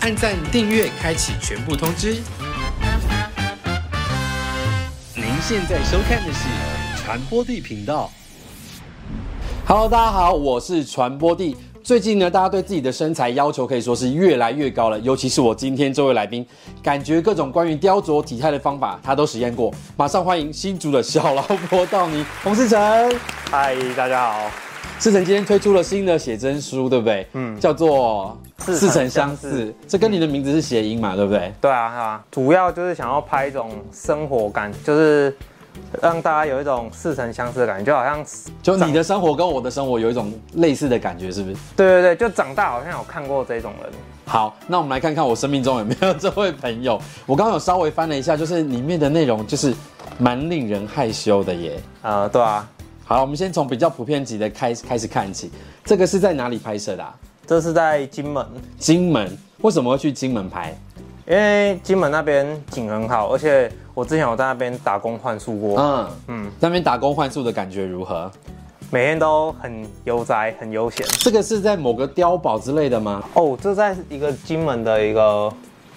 按赞、订阅、开启全部通知。您现在收看的是传播地频道。Hello，大家好，我是传播地。最近呢，大家对自己的身材要求可以说是越来越高了，尤其是我今天这位来宾，感觉各种关于雕琢体态的方法他都实验过。马上欢迎新竹的小劳勃道尼洪世成。嗨，大家好，世成今天推出了新的写真书，对不对？嗯，叫做《似似曾曾相相似似》，这跟你的名字是谐音嘛，对不对？对啊，哈、啊，主要就是想要拍一种生活感，就是让大家有一种似曾相识的感觉，就好像就你长的生活跟我的生活有一种类似的感觉，是不是？对对对，就长大好像有看过这种人，好，那我们来看看我生命中有没有这位朋友。 我刚刚有稍微翻了一下，就是里面的内容就是蛮令人害羞的耶。呃，对啊，好，我们先从比较普遍级的开开始看起。这个是在哪里拍摄的、啊？这是在金门，金门。为什么会去金门拍？因为金门那边景很好，而且我之前有在那边打工换宿过，嗯嗯嗯，那边打工换宿的感觉如何？每天都很悠哉，很悠闲。这个是在某个碉堡之类的吗？哦，这在一个金门的一个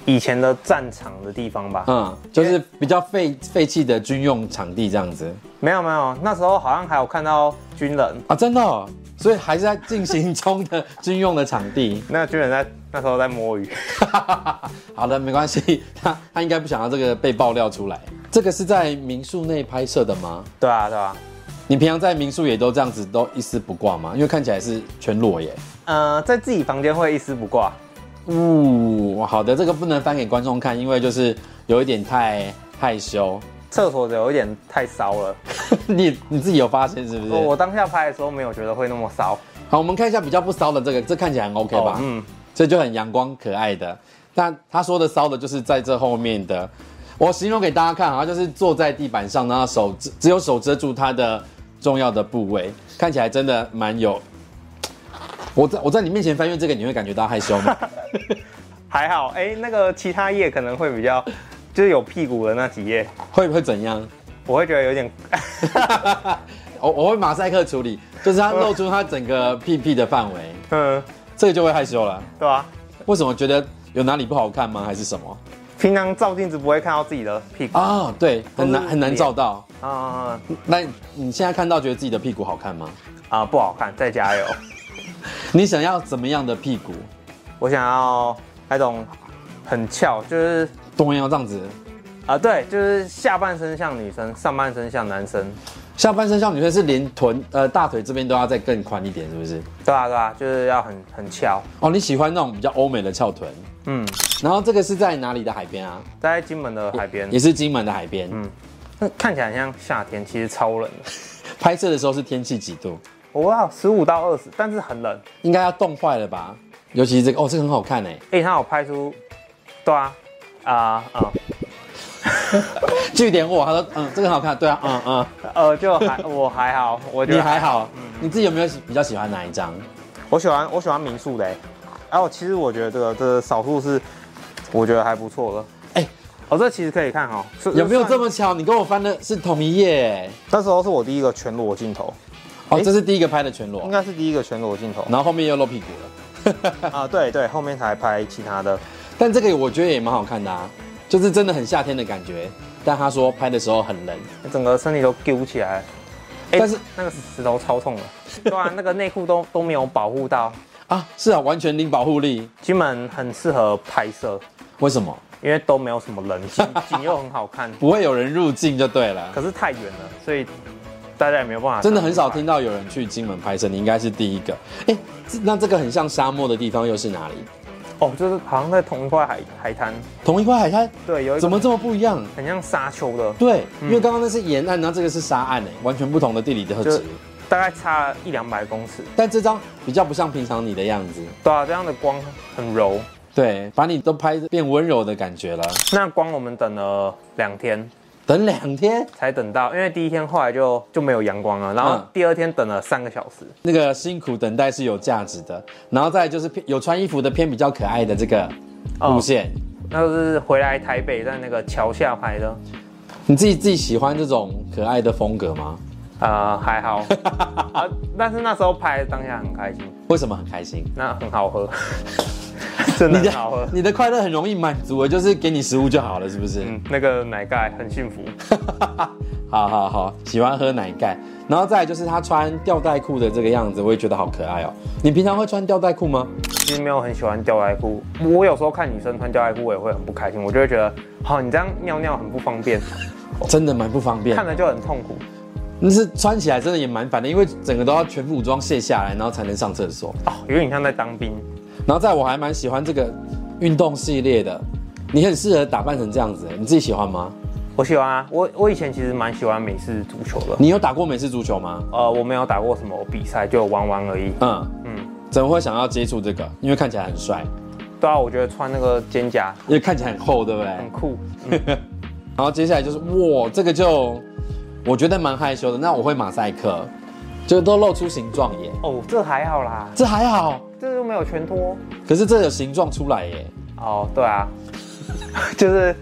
以前的战场的地方吧？嗯，就是比较废废弃的军用场地这样子没有没有，那时候好像还有看到军人，啊，真的哦、所以还是在进行中的军用的场地。 那个军人在那时候在摸鱼。好的，没关系， 他他应该不想要这个被爆料出来。这个是在民宿内拍摄的吗？ 对啊，对啊。你平常在民宿也都这样子，都一丝不挂吗？因为看起来是全裸耶。呃，在自己房间会一丝不挂。呜、好的，这个不能翻给观众看，因为就是有一点太害羞。 厕所有一点太骚了，你你自己有发现是不是？我当下拍的时候没有觉得会那么骚，好，我们看一下比较不骚的这个，这看起来很 OK 吧？哦嗯，这就很阳光可爱的。但他说的骚的就是在这后面的，我形容给大家看啊，他就是坐在地板上，然后手只只有手遮住他的重要的部位，看起来真的蛮有。我在我在你面前翻阅这个，你会感觉到害羞吗？ 还好。哎、那个其他页可能会比较，就是有屁股的那几页，会会怎样？ 我会觉得有点， 我我会马赛克处理，就是他露出他整个屁屁的范围，嗯，这个就会害羞了。对吧、啊？为什么觉得有哪里不好看吗？还是什么平常照镜子不会看到自己的屁股啊、啊、对，很难都是很难脸照到。啊那你现在看到觉得自己的屁股好看吗？啊不好看，再加油。 你想要怎么样的屁股？我想要那种很翘，就是都要这样子，啊、对，就是下半身像女生，上半身像男生，下半身像女生是连臀呃大腿这边都要再更宽一点，是不是？对啊对啊，就是要很很翘，哦，你喜欢那种比较欧美的翘臀。嗯，然后这个是在哪里的海边啊？在金门的海边也，是金门的海边。嗯那看起来很像夏天，其实超冷的。拍摄的时候是天气几度？我哇，十五到二十，但是很冷。应该要冻坏了吧？尤其是这个，哦，这个很好看哎，哎、他有拍出，对啊，啊、啊、据点我，他说嗯，这个很好看，对啊，嗯嗯，呃，就还 我还好，我觉你得还，好，你自己有没有比较喜欢哪一张？我喜欢我喜欢民宿的、欸。然后其实我觉得这个这个少数是，我觉得还不错的。哎哦，这其实可以看哦，是有没有算这么巧？你跟我翻的是同一页欸？那时候是我第一个全裸镜头，哦，诶这是第一个拍的全裸应，该是第一个全裸镜头然后后面又露屁股了。 啊、对对，后面才拍其他的。但这个我觉得也蛮好看的啊，就是真的很夏天的感觉。但他说拍的时候很冷，整个身体都揪起来。哎但是那个石头超 痛的，对啊，那个内裤都都没有保护到。啊，是啊，完全零保护力，金门很适合拍摄，为什么？因为都没有什么人，景景又很 好看，不会有人入境就对了。可是太远了，所以大家也没有办法。真的很少听。到有人去金门拍摄，你应该是第一个。哎、这那这个很像沙漠的地方又是哪里？哦，就是好像在同一块海海滩，同一块海滩，对，有一个怎么这么不一样？很像沙丘的，对，因为刚刚那是沿岸，然后这个是沙岸、哎，完全不同的地理特就质。大概差了一两百公尺。但这张比较不像平常你的样子，对啊，这样的光很柔。对，把你都拍得变温柔的感觉了。那光我们等了两天等两天，才等到，因为第一天后来就就没有阳光了，然后嗯第二天等了三个小时。那个辛苦等待是有价值的，然后再来就是偏有穿衣服的偏比较可爱的这个哦路线，那就是回来台北，在那个桥下拍的，你自己自己喜欢这种可爱的风格吗？呃，还好，啊啊，但是那时候拍当下很开心，为什么很开心？那很好喝，真的你很好啊喝的。你的快乐很容易满足，就是给你食物就好了，是不是？嗯，那个奶盖很幸福。好好好，喜欢喝奶盖，然后再来就是他穿吊带裤的这个样子，我也觉得好可爱哦。你平常会穿吊带裤吗？其实没有很喜欢吊带裤，我有时候看女生穿吊带裤，我也会很不开心，我就会觉得，好、你这样尿尿很不方便，真的蛮不方便看，了就很痛苦。但是穿起来真的也蛮烦的，因为整个都要全副武装卸下来，然后才能上厕所。哦，有点像在当兵。然后在我还蛮喜欢这个运动系列的，你很适合打扮成这样子，你自己喜欢吗？我喜欢啊，我我以前其实蛮喜欢美式足球的，你有打过美式足球吗？呃，我没有打过什么比赛，就玩玩而已。嗯，嗯，怎么会想要接触这个？因为看起来很帅，对啊，我觉得穿那个肩胛因为看起来很厚，对不对？很酷。然后接下来就是哇，这个就我觉得蛮害羞的。那我会马赛克，就都露出形状耶，哦，这还好啦，这还好，这又没有全脱。可是这有形状出来耶。哦，对啊， 就是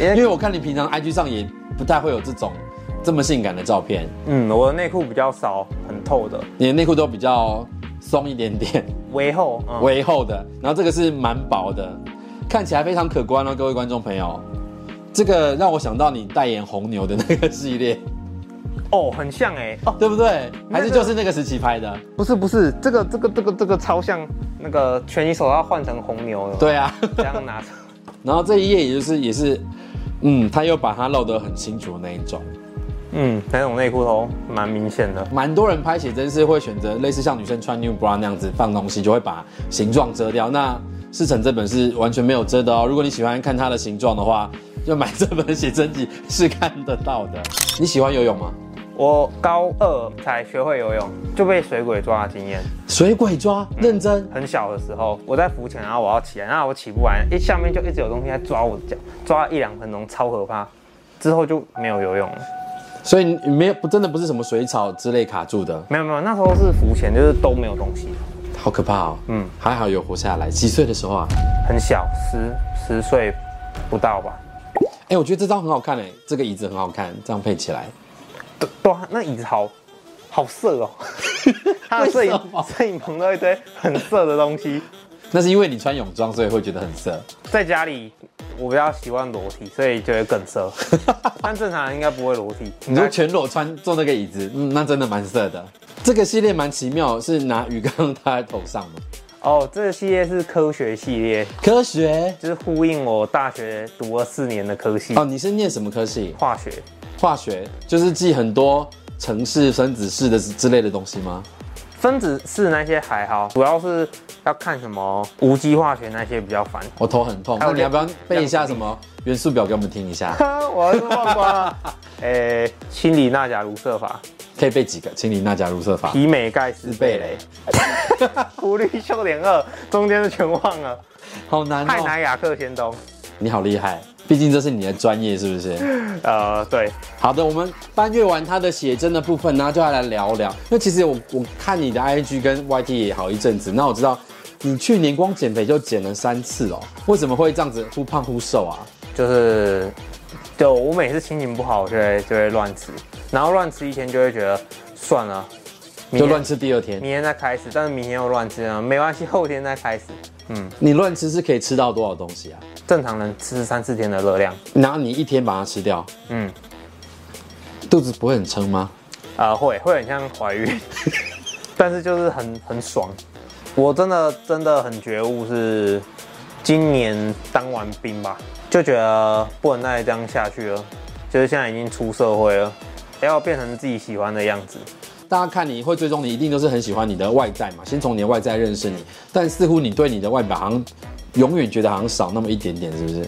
因为我看你平常 IG 上也不太会有这种这么性感的照片，嗯，我的内裤比较少，很透的，你的内裤都比较松一点点，微厚。嗯、微厚的，然后这个是蛮薄的，看起来非常可观哦，各位观众朋友。这个让我想到你代言红牛的那个系列， 哦，很像哎、哦，对不对？还是那个就是那个时期拍的？不是不是，这个这个这个这个超像那个拳击手套换成红牛的，，对啊。 这样拿着。然后这一页也就是也是，嗯，他又把它露得很清楚的那一种。嗯，那种内裤头蛮明显的。蛮多人拍写真是会选择类似像女生穿 new bra 那样子放东西，就会把形状遮掉。那世成这本是完全没有遮的哦。如果你喜欢看它的形状的话，就买这本写真集是看得到的。你喜欢游泳吗？我高二才学会游泳，就被水鬼抓的经验。水鬼抓，认真。很小的时候，我在浮潜，然后我要起来，然后我起不来，一下面就一直有东西在抓我的脚，抓了一两分钟，超可怕。之后就没有游泳了，所以你没有不真的不是什么水草之类卡住的，没有没有，那时候是浮潜，就是都没有东西，好可怕哦。嗯嗯，还好有活下来。几岁的时候啊？很小，十十岁不到吧。哎、我觉得这张很好看哎、这个椅子很好看，这样配起 来。对对啊，那椅子好好色 哦，他的摄为影什么摄影棚都一堆很色的东西。那是因为你穿泳装，所以会觉得很色。在家里，我比较喜欢裸体，所以就会更 色。但正常人应该不会裸体。你说全裸穿坐那个椅子，嗯，那真的蛮色的。这个系列蛮奇妙，是拿鱼缸搭在头上的，哦，这个系列是科学系列，科学就是呼应我大学读了四年的科系，哦。你是念什么科系？化学。化学，就是记很多城市、分子式的之类的东西吗？分子式那些还好，主要是要看什么无机化学那些比较烦。我头很痛，还那有你要不要背一下两什么元素表给我们听一 下？我要是忘光 了。诶、氢锂钠钾卢瑟法，可以背几个？氢锂钠钾卢瑟法。以镁盖斯是贝贝雷雷。，福利秀点二，中间是全忘了。好难泰哦。南雅克先东，你好厉害，毕竟这是你的专业，是不是？ 呃，对，好的，我们翻阅完他的写真的部分，然后就要来聊聊。那其实我我看你的 IG 跟 YT 也好一阵子，那我知道你去年光减肥就减了三次哦，为什么会这样子忽胖忽瘦啊？就是，就我每次心情不好，我就会就会乱吃，然后乱吃一天就会觉得算了，明天就乱，吃第二天，明天再开始，但是明天又乱吃啊，没关系，后天再开始。嗯，你乱吃是可以吃到多少东西啊？正常人吃三四天的热量，然后你一天把它吃掉，嗯，肚子不会很撑吗？呃，会会很像怀孕， 但是就是很很爽。我真的真的很觉悟是，今年当完兵吧，就觉得不能再这样下去了，就是现在已经出社会了，要变成自己喜欢的样子。大家看你会追踪你，一定都是很喜欢你的外在嘛，先从你的外在认识你，但似乎你对你的外表好像永远觉得好像少那么一点点，是不是？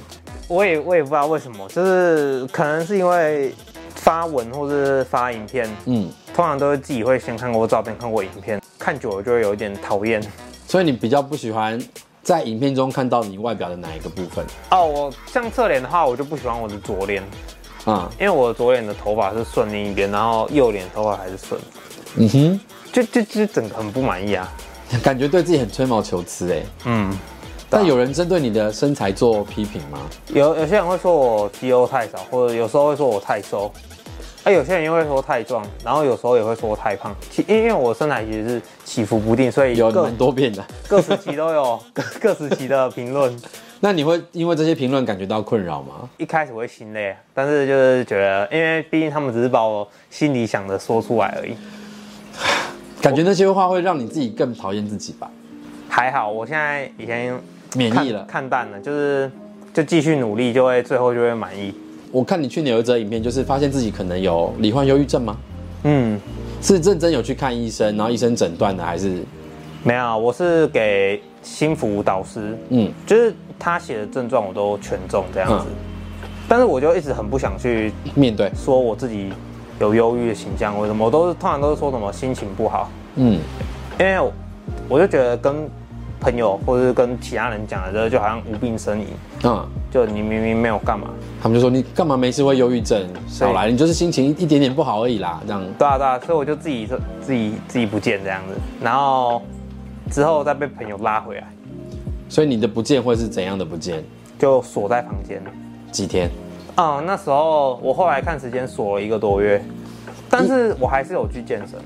我也我也不知道为什么，就是可能是因为发文或是发影片，嗯，通常都是自己会先看过照片，看过影片，看久了就会有一点讨厌。所以你比较不喜欢在影片中看到你外表的哪一个部分哦，我像侧脸的话，我就不喜欢我的左脸，啊？因为我左脸的头发是顺另一边，然后右脸头发还是顺，嗯哼， 就就就整个很不满意啊。感觉对自己很吹毛求疵哎。嗯，但有人针对你的身材做批评吗？有有些人会说我肌肉太少，或者有时候会说我太瘦，那、有些人又会说太壮，然后有时候也会说太胖。其因为我身材其实是起伏不定，所以有各蛮多遍的。各时期都有 各各时期的评论。那你会因为这些评论感觉到困扰吗？一开始会心累，啊但是就是觉得，因为毕竟他们只是把我心里想的说出来而已。感觉那些话会让你自己更讨厌自己吧？还好，我现在已经免看疫了。看淡了，就是就继续努力，就会最后就会满意。我看你去年有一则影片，就是发现自己可能有罹患忧郁症吗？嗯，是认真有去看医生，然后医生诊断的，还是没有，啊我是给心服导师，嗯就是他写的症状我都全中这样子，嗯但是我就一直很不想去面对？说我自己有忧郁的倾向，为什么？我都是通常都是说什么心情不好，嗯，因为我我就觉得跟朋友或者是跟其他人讲的时候，就好像无病呻吟，啊、就你明明没有干嘛。他们就说你干嘛没事会忧郁症？少来，你就是心情一点点不好而已啦，这样。对啊对啊，所以我就自己自己自己不见这样子，然后之后再被朋友拉回来，所以你的不见会是怎样的不见？就锁在房间。几天？嗯，那时候我后来看时间锁了一个多月，但是我还是有去健身，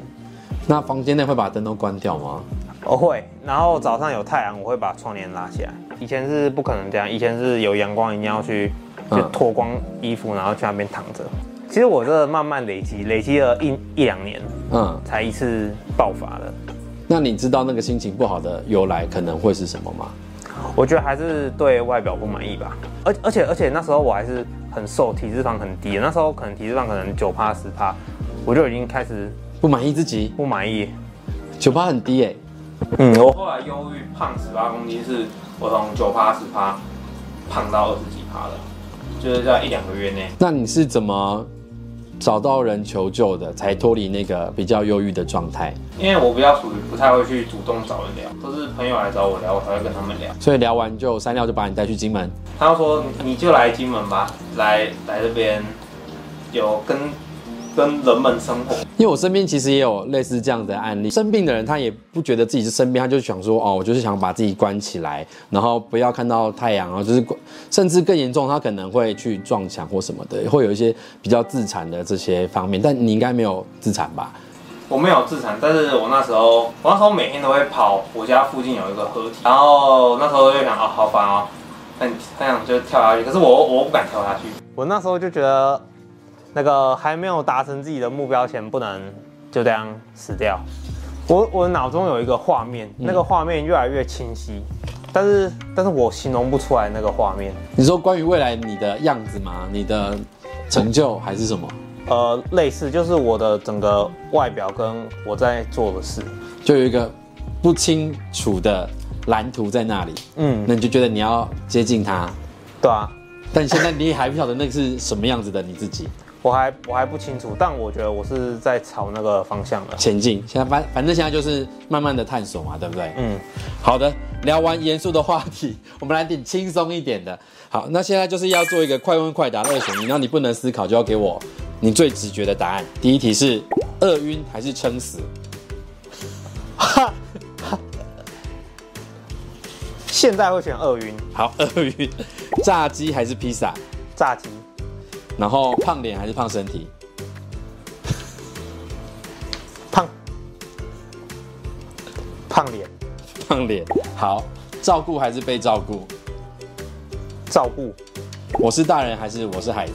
那房间内会把灯都关掉吗？我哦会。然后早上有太阳，我会把窗帘拉起来。以前是不可能这样，以前是有阳光一定要去就嗯脱光衣服，然后去那边躺着。其实我这慢慢累积，累积了一一两年嗯，才一次爆发的。那你知道那个心情不好的由来可能会是什么吗？我觉得还是对外表不满意吧。而而且而且那时候我还是很瘦，体脂肪很低，那时候可能体脂肪可能九趴十趴，我就已经开始不满意自己，不满意。酒吧很低耶、嗯，我后来忧郁胖十八公斤，是我从九趴十趴胖到二十几趴的，就是在一两个月内。那你是怎么找到人求救的，才脱离那个比较忧郁的状态？因为我比较属于不太会去主动找人聊，都是朋友来找我聊，我才会跟他们聊。所以聊完就三料就把你带去金门，他说你就来金门吧，来来这边有跟跟人们生活，因为我身边其实也有类似这样的案例，生病的人他也不觉得自己是生病，他就想说哦，我就是想把自己关起来，然后不要看到太阳，然后就是甚至更严重，他可能会去撞墙或什么的，会有一些比较自残的这些方面。但你应该没有自残吧？我没有自残，但是我那时候，我那时候每天都会跑我家附近有一个河堤，然后那时候就想啊、好烦哦，很很想就跳下去，可是我我不敢跳下去，我那时候就觉得，那个还没有达成自己的目标前，不能就这样死掉。我我脑中有一个画面，那个画面越来越清晰，但是但是我形容不出来那个画面。你说关于未来你的样子吗？你的成就还是什么？呃，类似就是我的整个外表跟我在做的事，就有一个不清楚的蓝图在那里，嗯，那你就觉得你要接近它，对啊，但现在你也还不晓得那个是什么样子的你自己我还我还不清楚，但我觉得我是在朝那个方向的。前进。现在反反正现在就是慢慢的探索嘛，对不对？嗯，好的，聊完严肃的话题， 我们来点轻松一点的。好，那现在就是要做一个快问快答的二选一，然后你不能思考，就要给我你最直觉的答案。第一题是饿晕还是撑死？现在会选鳄云好， 鳄鱼，炸鸡还是披萨？炸鸡，然后胖脸还是胖身体？胖胖脸，胖脸。好，照顾还是被照顾？照顾。我是大人还是我是孩子？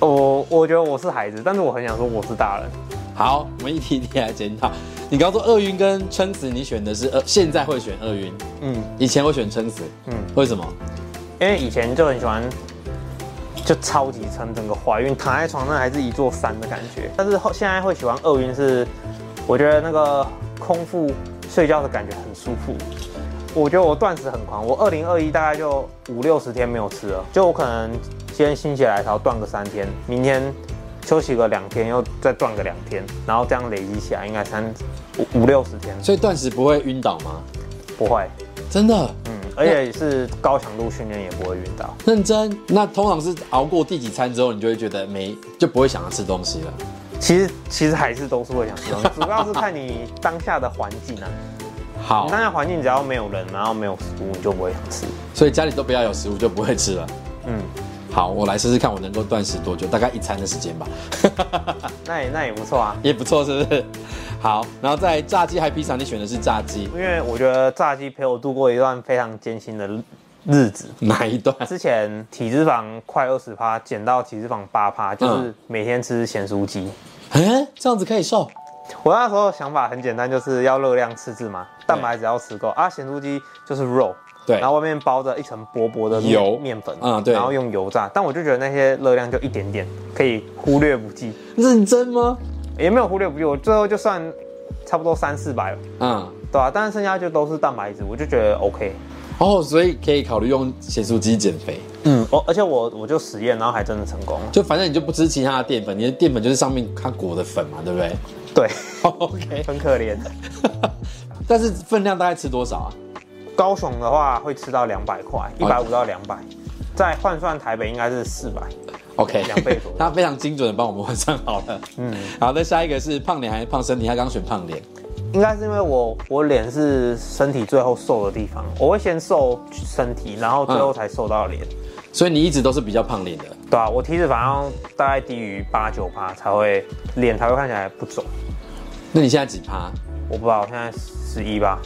我我觉得我是孩子，但是我很想说我是大人。好，我们一题一题来检讨。你刚说厄运跟撑死，你选的是厄，现在会选厄运，嗯以前会选撑死，嗯，为什么？因为以前就很喜欢，就超级撑整个怀孕，躺在床上还是一座山的感觉。但是后现在会喜欢厄运是，我觉得那个空腹睡觉的感觉很舒服。我觉得我断食很狂，我二零二一大概就五六十天没有吃了，就我可能今天心血来潮断个三天，明天休息个两天，又再断个两天，然后这样累积起来应该三五五六十天所以断食不会晕倒吗？不会。真的嗯，而且是高强度训练也不会晕倒。认真？那通常是熬过第几餐之后，你就会觉得没就不会想要吃东西了。其实其实还是都是会想吃东西， 主要是看你当下的环境啊。好你，当下环境只要没有人，然后没有食物，你就不会想吃。所以家里都不要有食物就不会吃了。嗯，好，我来试试看我能够断食多久，大概一餐的时间吧。那也那也不错啊，也不错，是不是？好，然后在炸鸡还披萨，你选的是炸鸡，因为我觉得炸鸡陪我度过一段非常艰辛的日日子。哪一段？之前体脂肪快二十趴，减到体脂肪八趴，就是嗯每天吃咸酥鸡。哎，这样子可以瘦？我那时候想法很简单，就是要热量赤字嘛，蛋白质要吃够啊，咸酥鸡就是肉。对然，后外面包着一层薄薄的面油面粉，嗯对然后用油炸，但我就觉得那些热量就一点点，可以忽略不计，认真吗？也没有忽略不计，我最后就算差不多三四百了，嗯，对吧、但是剩下就都是蛋白质，我就觉得 OK，哦，所以可以考虑用咸酥鸡减肥，嗯，哦，而且我我就实验，然后还真的成功了，就反正你就不吃其他的淀粉，你的淀粉就是上面它裹的粉嘛，对不对 对， ？OK，很可怜。但是分量大概吃多少啊？高雄的话会吃到两百块，一百五到两百，再换算台北应该是四百， OK，两倍左右他非常精准的帮我们换算好了。嗯嗯，好，那下一个是胖脸还是胖身体？他刚选胖脸。应该是因为我我脸是身体最后瘦的地方，我会先瘦身体，然后最后才瘦到脸，所以你一直都是比较胖脸的。对啊，我体脂肪要大概低于八九趴才会脸才会看起来不肿，那你现在几趴？我不知道，我现在十一吧，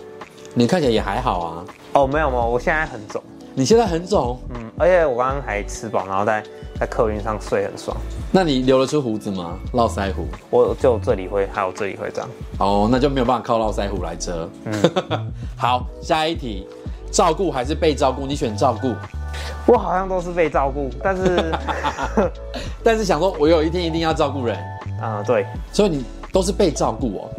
你看起来也还好啊。哦没有没有，我现在很肿，你现在很肿，嗯，而且我刚刚还吃饱，然后在在客运上睡很爽，那你留得出胡子吗？络腮胡。我就这里会还有这里会这样，哦，那就没有办法靠络腮胡来遮。嗯 好，下一题，照顾还是被照顾？你选照顾，我好像都是被照顾，但是。 但是想说我有一天一定要照顾人，啊、对，所以你都是被照顾哦。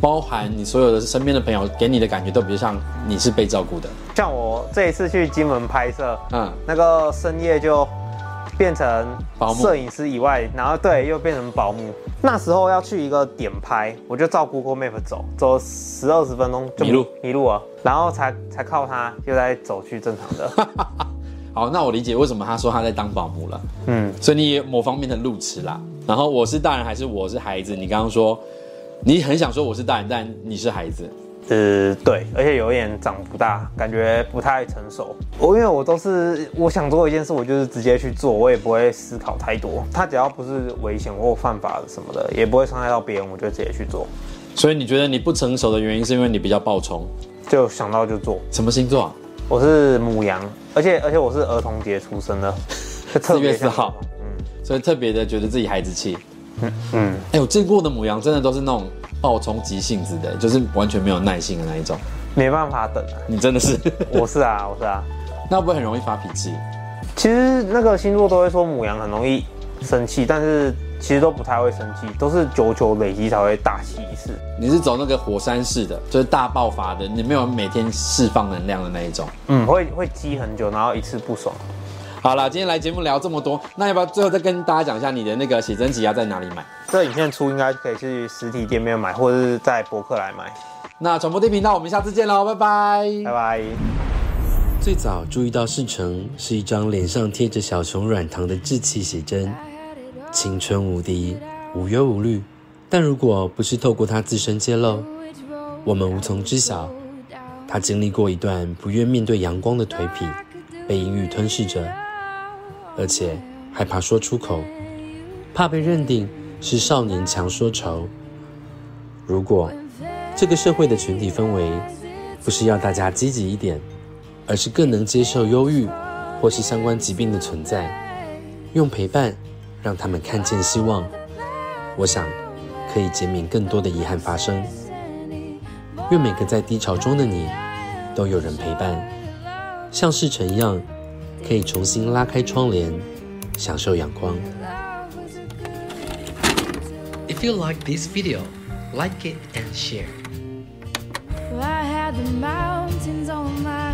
包含你所有的身边的朋友给你的感觉都比较像你是被照顾的，像我这一次去金门拍摄，嗯，那个深夜就变成保姆摄影师以外，然后对，又变成保姆。那时候要去一个点拍，我就照 Google Map 走，走十二十分钟就迷路迷路了，然后才才靠它又在走去正常的。好，那我理解为什么他说他在当保姆了，嗯，所以你也某方面的路痴啦。然后我是大人还是我是孩子？你刚刚说你很想说我是大人，但你是孩子，呃，对，而且有点长不大，感觉不太成熟。哦我因为我都是我想做一件事，我就是直接去做，我也不会思考太多。他只要不是危险或犯法什么的，也不会伤害到别人，我就直接去做，所以你觉得你不成熟的原因是因为你比较暴冲。就想到就做。什么星座、啊？我是母羊，而且而且我是儿童节出 生的，就特四别月四像号，所以特别的觉得自己孩子气。嗯，哎、我见过的母羊真的都是那种暴冲急性子的，就是完全没有耐性的那一种。没办法等啊。你真的是， 我是啊， 我是啊。那会不会很容易发脾气？其实那个星座都会说母羊很容易生气，但是其实都不太会生气，都是久久累积才会大气一次。你是走那个火山式的，就是大爆发的，你没有每天释放能量的那一种。嗯，会会积很久，然后一次不爽。好啦，今天来节目聊这么多，那要不要最后再跟大家讲一下你的那个写真集要在哪里买？这影片出应该可以去实体店面买，或者是在博客来买。那传播地频道，我们下次见喽，拜拜拜。拜。最早注意到世成是一张脸上贴着小熊软糖的稚气写真，青春无敌，无忧无虑。但如果不是透过他自身揭露，我们无从知晓。他经历过一段不愿面对阳光的颓圮，被阴郁吞噬着，而而且且害怕说出口，怕被认定是少年强说愁。如果这个社会的群体氛围不是要大家积极一点，而是更能接受忧郁或是相关疾病的存在，用陪伴让他们看见希望。我想，可以减免更多的遗憾发生。愿每个在低潮中的你，都有人陪伴，像世成一样，可以重新拉开窗帘，享受阳光。 If you like this video, like it and share. I had the mountains on my